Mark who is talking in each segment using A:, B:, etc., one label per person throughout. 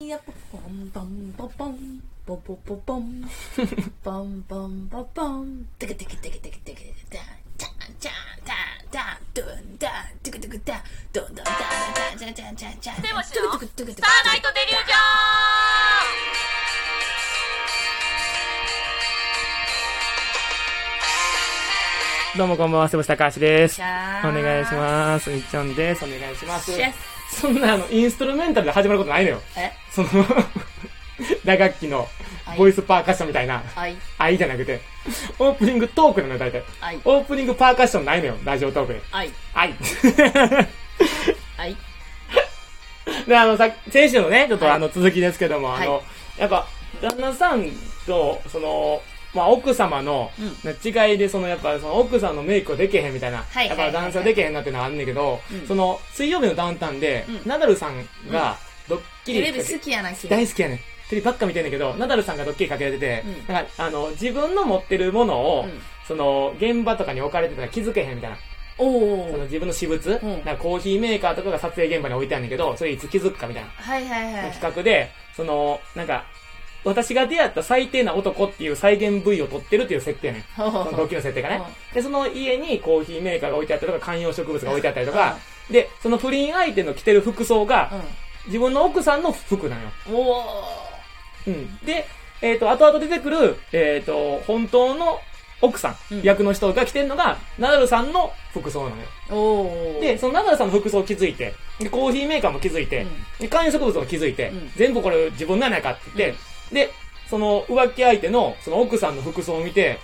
A: やポンポンポンポンポンポンポンポンポンポンポンポンテケテケテケテケテケテケダンチャンダンダンドゥンダンテケテケダンドゥンダンダンダンチャンチャンチャンチャン
B: でもしの
A: テケテケテケテケ
B: スターナイトデリュージョ
C: どうもこんばんは、セブス高橋です。
A: シ
C: お
A: ャー
C: 願いします。いっちゃんです。お願いします
A: シ。ェス
C: そんなあの、インストルメンタルで始まることないのよ。
A: え
C: その、 打楽器のボイスパーカッションみたいな。
A: はい
C: あ、いいじゃなくて。オープニングトークなのよ、大体。
A: はい
C: オープニングパーカッションないのよ、ラジオトークで。
A: はい
C: はい。
A: はい
C: で、あの、さ、先週のね、ちょっと
A: はい
C: あの、続きですけども、あ
A: は
C: の、やっぱ、旦那さんと、その、まあ、奥様の違いで、その、やっぱ、その、奥さんのメイクをできへんみたいな、
A: はい
C: やっ
A: はい
C: ぱ、
A: はい
C: 男性はできへんなっていうのはあんねんけど
A: うん、
C: その、水曜日のダウンタウンで
A: うん、
C: ナダルさんが、ドッ
A: テ
C: キリ
A: レビ好きやな君
C: 大好きやねん。テレビばっか見てんねんけど、ナダルさんがドッキリかけられてて、
A: うん
C: なんか、あの、自分の持ってるものを、
A: うん
C: その、現場とかに置かれてたら気づけへんみたいな。
A: お
C: その
A: お
C: 自分の私物、
A: ん
C: なんかコーヒーメーカーとかが撮影現場に置いてあるんだけど、それいつ気づくかみたいな。
A: はいはいはい
C: 企画で、その、なんか、私が出会った最低な男っていう再現部位を取ってるっていう設定やねん。
A: ほうほう
C: そ
A: ほう
C: の同期の設定がね。で、その家にコーヒーメーカーが置いてあったりとか、観葉植物が置いてあったりとか、で、その不倫相手の着てる服装
A: う
C: が、
A: ん
C: 自分の奥さんの服なのよ。
A: おー
C: うん。で、えっ、と、後々出てくる、えっ、と、本当の奥さ
A: うん
C: ん、役の人が着てるのが、ナダルさんの服装なのよ。
A: おー
C: で、そのナダルさんの服装気づいて、でコーヒーメーカーも気づいて、
A: うん
C: で観葉植物も気づいて、
A: うん
C: 全部これ自分なんやかって言って、で、その浮気相手の、その奥さんの服装を見て、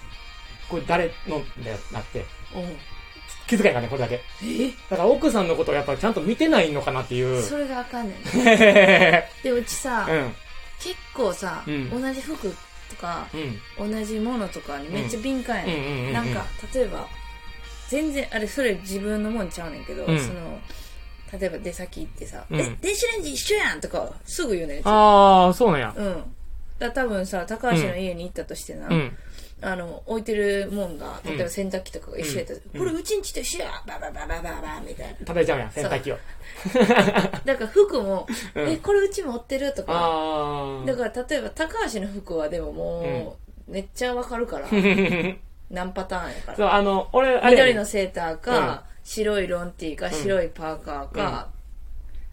C: これ誰のだよなって、
A: おー
C: 気づかへんかね、これだけ。
A: え
C: だから奥さんのことをやっぱちゃんと見てないのかなって いう。
A: それがあかんねん
C: う
A: でうちさ
C: ん。
A: 結構さ、
C: うん
A: 同じ服とか
C: うん。
A: 同じものとかにめっちゃ敏感や
C: うんうんうんうん
A: ね
C: うん
A: んなんか例えば全然あれそれ自分のもんちゃうねんけど、
C: うん
A: その例えば出先行ってさ「
C: うん
A: え電子レンジ一緒やん!」とかすぐ言うねんうち
C: ああ、そうなんや。
A: うんだから多分さ高橋の家に行ったとしてな、
C: うん。
A: あの置いてるもんが例え
C: う
A: ば
C: ん
A: 洗濯機とかが一緒やったら、
C: うん
A: これうちんちと一緒やババババババみたいな
C: 食べちゃうやん、洗濯機を。
A: だから服も「
C: うん
A: えこれうちも持ってる?」とか
C: ああ。
A: だから例えば高橋の服はでももう、めっちゃわかるから、何パターンやか
C: そ
A: ら。
C: う、あの、俺、あれやね
A: 緑のセーターか、白いロンティーか、白いパーカーか、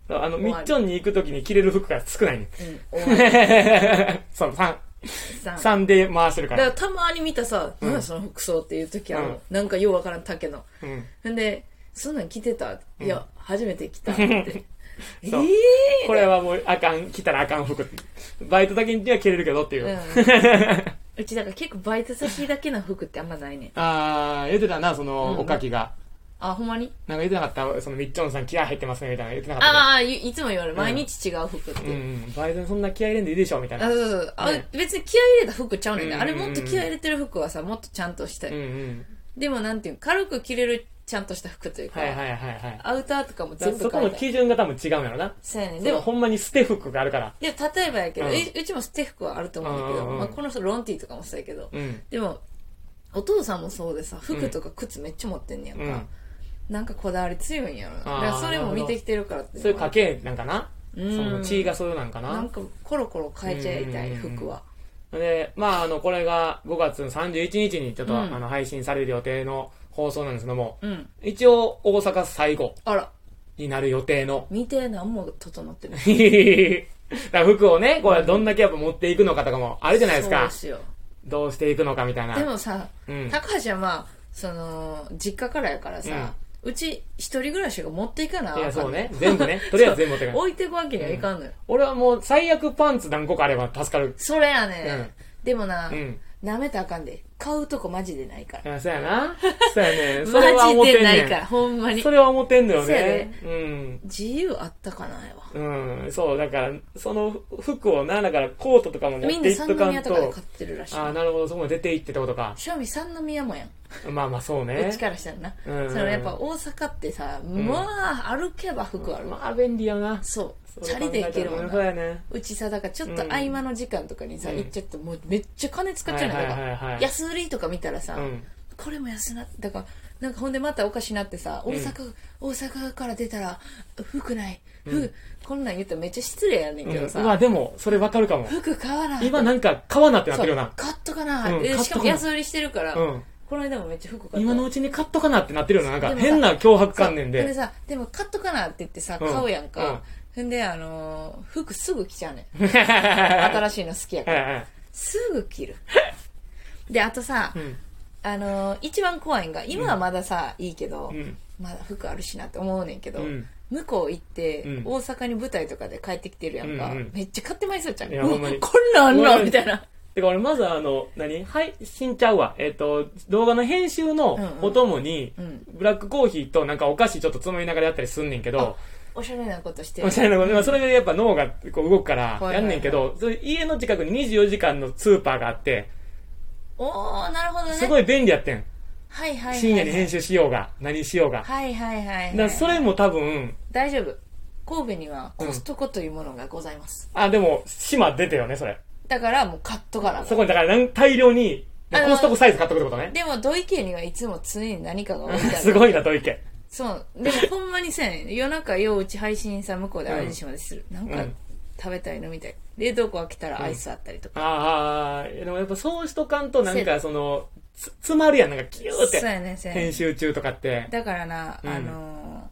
C: そうあの、みっちょんに行くときに着れる服が少ないね。
A: うん、おわ
C: そう、三
A: りさん。だ
C: 三で回してるか
A: から
C: ら。
A: たまに見たさ、
C: ん
A: 何やその服装っていう時ある、
C: うん
A: なんかようわからん竹の。
C: うん。
A: んで、そんなん着てた、いや、初めて着たって。ええ
C: そうこれはもう、あかん、着たらあかん服。バイトだけには着れるけどっていう。
A: うんうちだから結構バイト先だけの服ってあんまないねん。
C: あー、言ってたな、その、
A: うん
C: おかきが。
A: あ、ほんまに
C: なんか言ってなかった、その、みっちょんさん気合入ってますね、みたいな。言ってなかった
A: ああ、いいつも言われる。毎日違う服って。
C: けど。うんうん。バイトにそんな気合入れんでいいでしょ、みたい
A: あ
C: な。
A: そううそうあ
C: ね
A: 別に気合い入れた服ちゃうねんね、あれもっと気合い入れてる服はさもっとちゃんとしたい、
C: んうん。
A: でもなんていうの軽く着れるちゃんとした服というか、
C: はいはいはいはい。
A: アウターとかも
C: だか
A: 全
C: ら
A: 部
C: そこ
A: 変え
C: の
A: た
C: 基準が多分違うんやろな。
A: そうやねん
C: で
A: で
C: も、ほ
A: も
C: んまに捨て服があるから。
A: でも例えばやけど、
C: うん
A: えうちもステ服はあると思うんだけど、
C: うんうんうん
A: まあ、この人ロンティーとかもそうやけど、
C: うん。
A: でもお父さんもそうでさ服とか靴めっちゃ持ってんねやんか、
C: うん
A: なんかこだわり強いんやろなだ
C: あー
A: からそれも見てきてるからって
C: そういう家系なんかな。そ
A: うん
C: の、地位がそうなんかな。
A: なんかコロコロ変えちゃいたい服は
C: で、まあ、あの、これが5月の31日にちょっと、
A: うん
C: あの、配信される予定の放送なんですけども、
A: うん、
C: 一応、大阪最後
A: あら、
C: になる予定の
A: 見て何も整ってない
C: だから服をね、これどんだけやっぱ持っていくのかとかもあるじゃないです
A: そう
C: か
A: で。すよ
C: どうしていくのかみたいな。
A: でもさ、
C: うん
A: 高橋はまあその実家からやからさ、うち一人暮らしが持っていかない
C: や、
A: あかん
C: そうね。全部 ね。とりあえず全部持って
A: そう
C: かない。
A: 置いていくわけにはいかんのよ、
C: 俺はもう、最悪パンツ何個かあれば助かる。
A: それやね、んでもな、
C: うん
A: 舐めたらあかんで買うとこマジでないから
C: あそうやな。そうや ね。それは
A: マ
C: 思っ
A: ジ
C: て
A: で
C: ん
A: な
C: ね
A: いから
C: ん。
A: ほんまに
C: それは思ってんのよ
A: そうや
C: ね
A: ね。
C: うん。
A: 自由あったかないわ
C: うん、そう、だから、その服をな、だからコートとかも持
A: みん
C: っ
A: な
C: ていっ
A: 三
C: とか
A: 宮
C: ん
A: とかで
C: と
A: 買。ってるらしい
C: ああ、なるほど、そこまで出て行ってってことか。
A: 正味三宮もやん
C: まあまあ、そう
A: う
C: ね
A: ち。からしたらな、
C: うん
A: そのやっぱ大阪ってさ、まあ歩けば服あるわ、
C: まあ、便利やな。
A: そうチャリで行けるもん
C: そう
A: な
C: やね。
A: うちさだからちょっと合間の時間とかにさ、
C: うん
A: 行っちゃってもうめっちゃ金使っちゃうの
C: はい
A: よ、
C: はいはいはい
A: 安売りとか見たらさ、
C: うん。
A: これも安なだからなんかほんでまたおかしなってさ大
C: ん
A: 阪、大阪から出たら服ない服、こんなん言ったらめっちゃ失礼やねんけどさ、
C: うん、まあでも、それわかるかも。
A: 服買わない
C: 今なんか、買わなってなっ
A: そ
C: てる
A: う
C: よな。
A: 買っとかな、
C: うん
A: で
C: 買っとかな
A: しかも安売りしてるから、
C: うん
A: この間もめっちゃ服買った
C: 今のうちに買っとかなってなってるよな。なん
A: で
C: か、
A: もさ
C: 変な脅迫観念
A: そうほん
C: で。
A: さでも買っとかなって言ってさ
C: うん
A: 買うやんか、ほんであのー服すぐ着ちゃうね ん新しいの好きやか
C: は
A: ら
C: いはい。
A: すぐ着 るであとさ、
C: うん。
A: あのー一番怖いんが今はまださ、いいけど、
C: うん
A: まだ服あるしなって思うねんけど、
C: うん
A: 向こう行って、
C: うん
A: 大阪に舞台とかで帰ってきてるやんか、
C: うんうん
A: めっちゃ買ってまいそうじゃん
C: いうや
A: わ
C: ほ
A: こ
C: ん
A: ん
C: まに
A: なんあん
C: ほんま
A: の
C: に
A: みたいな
C: てか俺まずあの、何配信ちゃうわ。えっ、と、動画の編集の
A: うんうん
C: お供に、
A: うん
C: ブラックコーヒーとなんかお菓子ちょっとつまみながらやったりすんねんけど、
A: おしゃれなことしてる
C: おしゃれなこと、まあそれでやっぱ脳がこう動くから
A: はいはいはい
C: やんねんけど、それ家の近くに24時間のスーパーがあって、
A: おーなるほどね
C: すごい便利やってん。
A: はいはいはいはい
C: 深夜に編集しようが、何しようが。
A: はいはいはいはい、
C: だからそれも多分、
A: 大丈夫神戸にはコストコというものがございます、
C: あ、でも、島出てよね、それ。
A: だからもう買っとかな
C: そこにだからなん大量に、
A: あの
C: コストコサイズ買っとくってことね。
A: でも土井家にはいつも常に何かが置いてある
C: すごいな、といけ。
A: そうでもほんまにせやねん夜中よううち配信さ向こうで淡路島でする、なん
C: う
A: か
C: ん
A: 食べたいのみたい冷凍庫開けたらアイスあったりとか、
C: ああ、でもやっぱそうしとかんとなんかその、つ詰まるやん、なんかキューっ
A: そう
C: て。
A: やねんそうやね
C: 編
A: ん
C: 集中とかって。
A: だからな、
C: うん
A: あのー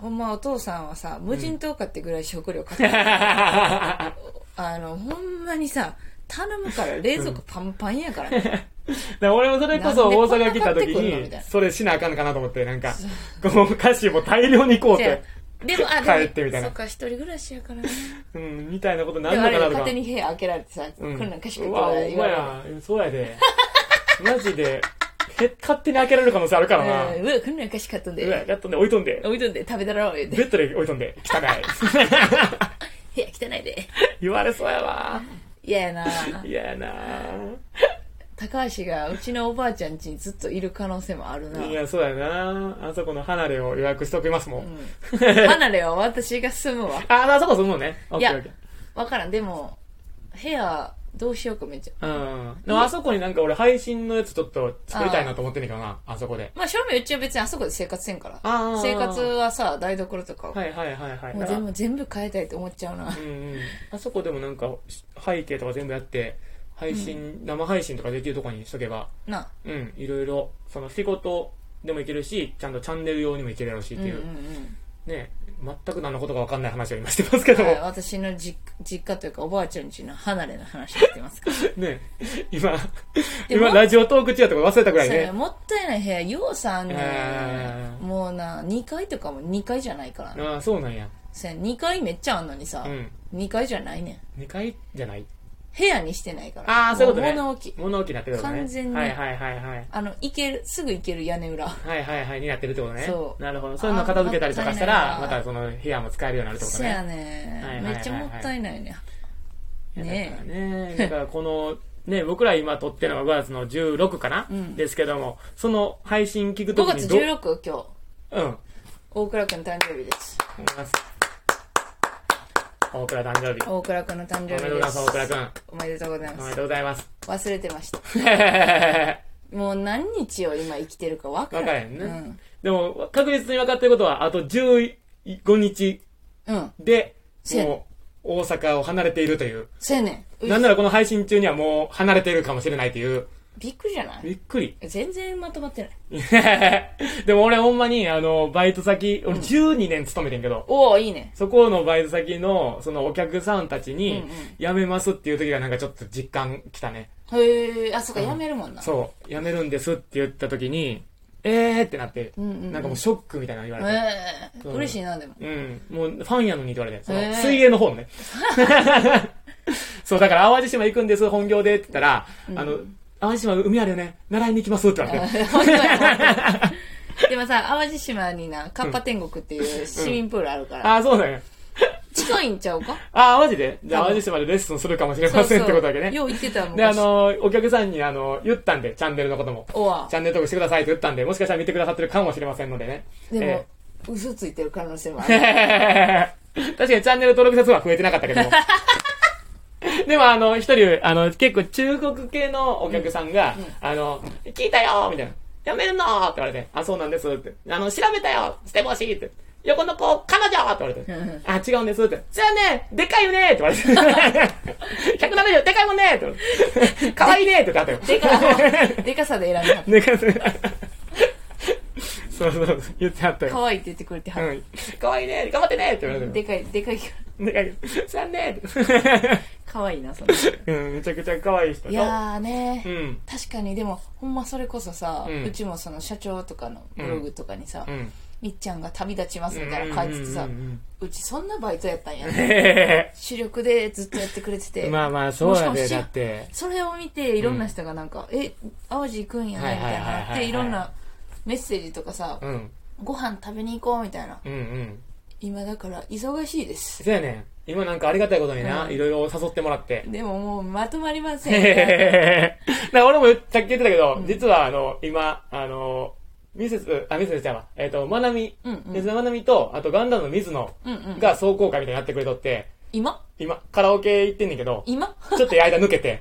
A: ほんまお父さんはさ無人島かってぐらい食料買 って、
C: だ
A: あのほんまにさ頼むから冷蔵庫パンパンやからね、
C: から俺もそれこそ大阪来た
A: なん
C: 時
A: でこんな買ってくんのみたい
C: に、
A: な
C: それしなあかんのかなと思って、なんか、こう歌詞も大量にこうっ
A: せや
C: て、
A: でもあでも
C: 帰ってみたいな
A: そっか一人暮らしや からね
C: うん、みたいなことなん
A: で
C: の
A: も
C: か
A: あれ
C: なとか
A: 勝手。に部屋開けられてさ、
C: うん
A: こんなん貸して
C: う
A: く
C: わ、
A: れ
C: お
A: 言
C: 前
A: わ
C: ら、そうやで。マジで、へ勝手に開けられる可能性あるからな。
A: れて、うん、うわこんなん貸し買っとん
C: うわ、
A: で
C: やっとんで、置いとんで。
A: 置いとんで食べたろう言うて
C: ベッドで置いとんで、汚い。
A: 部屋汚いで
C: 言われそうやわ。
A: 嫌やな
C: 嫌やな。
A: 高橋がうちのおばあちゃん家にずっといる可能性もあるない
C: や、そうやな。あそこの離れを予約しておきますもん。
A: 離れは私が住むわ
C: あ、あそこ住むのね。オッ
A: い
C: ケ
A: や
C: ーオッケ
A: 分からんでも部屋どうしようかめっちゃ
C: ー。うん。でもあそこになんか俺配信のやつちょっと作りたいなと思ってんねんけどな、あそこで。
A: まあ正味うちは別にあそこで生活せんから
C: あー
A: 生活はさ台所とかは、
C: はいはいはいはい。
A: もう全部全部変えたいと思っちゃうな、
C: うんうん。あそこでもなんか背景とか全部やって、配信、生配信とかできるとこにしとけば、
A: なあ
C: うん、いろいろ、その仕事でもいけるし、ちゃんとチャンネル用にもいけるやろうしっ
A: う
C: て
A: んうん
C: いうう、
A: ん
C: ね、全く何のことかわかんない話を今してますけども
A: はい、私の実実家というかおばあちゃん家の離れの話してますから
C: ね、今、
A: でも
C: 今ラジオトーク中やとか忘れたくらい
A: そうやね
C: ね。
A: もったいない部屋ようさんね
C: えー
A: もうな2階とかも2階じゃないからな
C: ああ、そうなんや。
A: そうや2階めっちゃあんのにさ、
C: うん。
A: 2階じゃないねん
C: 2階じゃない
A: 部屋にしてないから
C: ああ、そういうことね。
A: も物置
C: 物置になってるってことね。
A: 完全に
C: はいはいはいはい。
A: あの行けるすぐ行ける屋根裏
C: はいはいはい、になってるってことね。
A: そう
C: なるほど。そういうの片付けたりとかした
A: あ
C: ら、
A: ーも
C: ま
A: ったいないな
C: たその部屋も使えるようになるってこと
A: せ
C: ね。
A: やね、
C: はいはいはいはい
A: めっちゃもったいないね
C: だから
A: ね
C: ね。だからこの、ね、僕ら今撮ってるのが5月の16かな、
A: ん
C: ですけども、その配信聞く
A: え
C: と
A: 5
C: きに
A: 月
C: ど、
A: 16今日
C: うん。思い
A: 大倉君の誕生日です
C: ます。大倉誕生日。
A: 大倉君の誕
C: お
A: 生
C: めでとう
A: 日
C: ご
A: で
C: ざいますす、大倉くん。
A: おめでとうござい
C: お
A: ま
C: め
A: す
C: でとうございます。
A: 忘れてました
C: わ
A: もう何日を今生きてるか分からん
C: かれへんね。でも、確実に分かってることは、あと15日
A: うん、うん、
C: で、
A: せや
C: もう、大阪を離れているという。
A: せやねん
C: なんならこの配信中にはもう離れているかもしれないという。
A: びっくりじゃない
C: びっくり。
A: 全然まとまってない
C: でも俺ほんまに、あの、バイト先、俺12年勤めてんけど、
A: おおいいね
C: そこのバイト先の、そのお客さんたちに
A: うんうん、
C: 辞めますっていう時がなんかちょっと実感きたね。
A: へえあそっかやめるもんな、
C: そう、辞めるんですって言った時に、えーってなって、
A: うんうんうん
C: なんかもうショックみたいなの言われて。
A: ええ
C: そう
A: 嬉しいなでも
C: うん。もう、ファンやのにって言われて。その
A: へー
C: 水泳の方のね。 そう、だから、淡路島行くんです、本業で、って言ったら、あの、淡路島海あるよね、習いに行きます、って言われて。
A: 本当や本当やでもさ淡路島になカッパ天国っていう市民プールあるから、
C: ああ、そうなんや。
A: 近いんちゃう か
C: ああ、マジでじゃあ、
A: 多分
C: 淡路島でレッスンするかもしれませんってことだけね。
A: よう言ってたもん
C: で、あの、お客さんに、あの、言ったんで、チャンネルのことも。
A: おわ
C: チャンネル登録してくださいって言ったんで、もしかしたら見てくださってるかもしれませんのでね。
A: でも、
C: え
A: 嘘ついてる可能性もあ
C: え
A: る
C: 確かにチャンネル登録者数は増えてなかった けども。でも、あの、一人、あの、結構中国系のお客さんが、あの、聞いたよーみたいな。やめるのって言われて、あ、そうなんですって。あの、調べたよ捨てぼしいって。横の子、彼女って言われて、あ、違うんですって。そやねでかいよねって言われて。170、でかいもんねって言われて。かわいいねって言ってあった
A: で
C: よ。
A: か、でかさで選んではっ
C: でかす そうそうそう、言ってあった
A: た。
C: よ。
A: 可愛いって言ってくれてはっ
C: うん。かわいいね頑張ってねって言われ
A: た。
C: て。
A: でかい、でかいから。
C: でかいよ。そやねって。
A: 可愛いな、その。い
C: うん、めちゃくちゃ可愛い人と。
A: やーね
C: うん。
A: 確かにでもほんまそれこそさ、
C: う
A: うんちもその社長とかのブログとかにさ、
C: うん。
A: みっちゃんが旅立ちますみたいなの書いててさ、
C: うんうんうんうん
A: うちそんなバイトやったんや、
C: へへ
A: 主力でずっとやってくれてて
C: へ まあまあ、そうや
A: もしか
C: で、
A: し
C: だって。
A: それを見ていろんな人がなんか「え淡路行くんやね」みたい
C: はいはい
A: な
C: はいはいは
A: で
C: い
A: いろんなメッセージとかさ
C: う、ん。
A: ご飯食べに行こうみたいな
C: うんうん。
A: 今だから忙しいです
C: そうやねん。今なんかありがたいことにな、
A: うん
C: いろいろ誘っても らって。
A: でももうまとまりませ
C: へへ
A: ん
C: へへだから俺もさっき言ってたけど、実はあの、今、あの、ミセス、あ、ミセスちゃんは、えっ、と、まなみ、
A: うんうん
C: 水野まなみと、あとガンダムの水野
A: うんうん
C: が壮行会みたいにやってくれとって、
A: 今
C: 今、カラオケ行ってんねんけど、
A: 今
C: ちょっと間抜け て、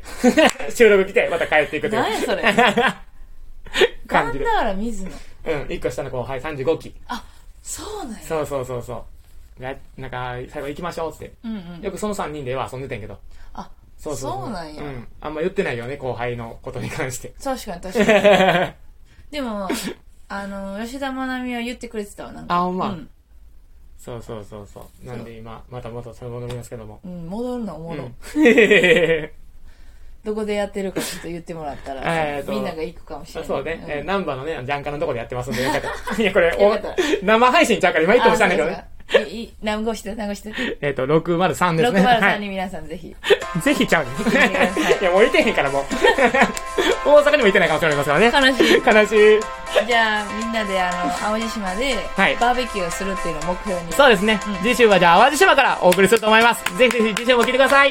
C: 収録来て、また帰っていくという。
A: 何やそれガ
C: 感じ
A: ン
C: で
A: ダ。ーラ水野
C: うん、1個下の後輩35期。
A: あそうなんや
C: そうそうそうそう。がなんか、最後行きましょうっつって。
A: うんうん
C: よくその3人では遊んでてんけど。
A: あ
C: そうそう
A: そうなんや
C: うん。あんま言ってないよね、後輩のことに関して。
A: 確かに確かに でもあの吉田愛なみは言ってくれてたわなんか
C: あほんま
A: うん
C: そうそうそうそう。なんで今、また元その戻りますけども。
A: うん、戻るのおもろ、
C: うんえ
A: どこでやってるかちょっと言ってもらった ら
C: えーと
A: みんなが行くかもしれ
C: あ
A: ない
C: そうね。
A: ん
C: えー、ナンバーのね、ジャンカのとこでやってますんで、よかった。いや、これ、
A: よかった
C: お生配信ちゃうから今言ってもしたんだけど
A: あ
C: ね。
A: そうですかいい何号室だ何号室だ
C: えっと、603ですね。
A: 603に皆さんぜひ、
C: はい。ぜひちゃうね
A: てください。
C: いや、もういてへんからもう。大阪にもいてないかもしれませんからね。
A: 悲しい
C: 悲しい。
A: じゃあみんなであの淡路島で
C: はい
A: バーベキューをするっていうのを目標に
C: そうですね。次週はじゃあ、淡路島からお送りすると思います。ぜひぜひ次週も聞いてください。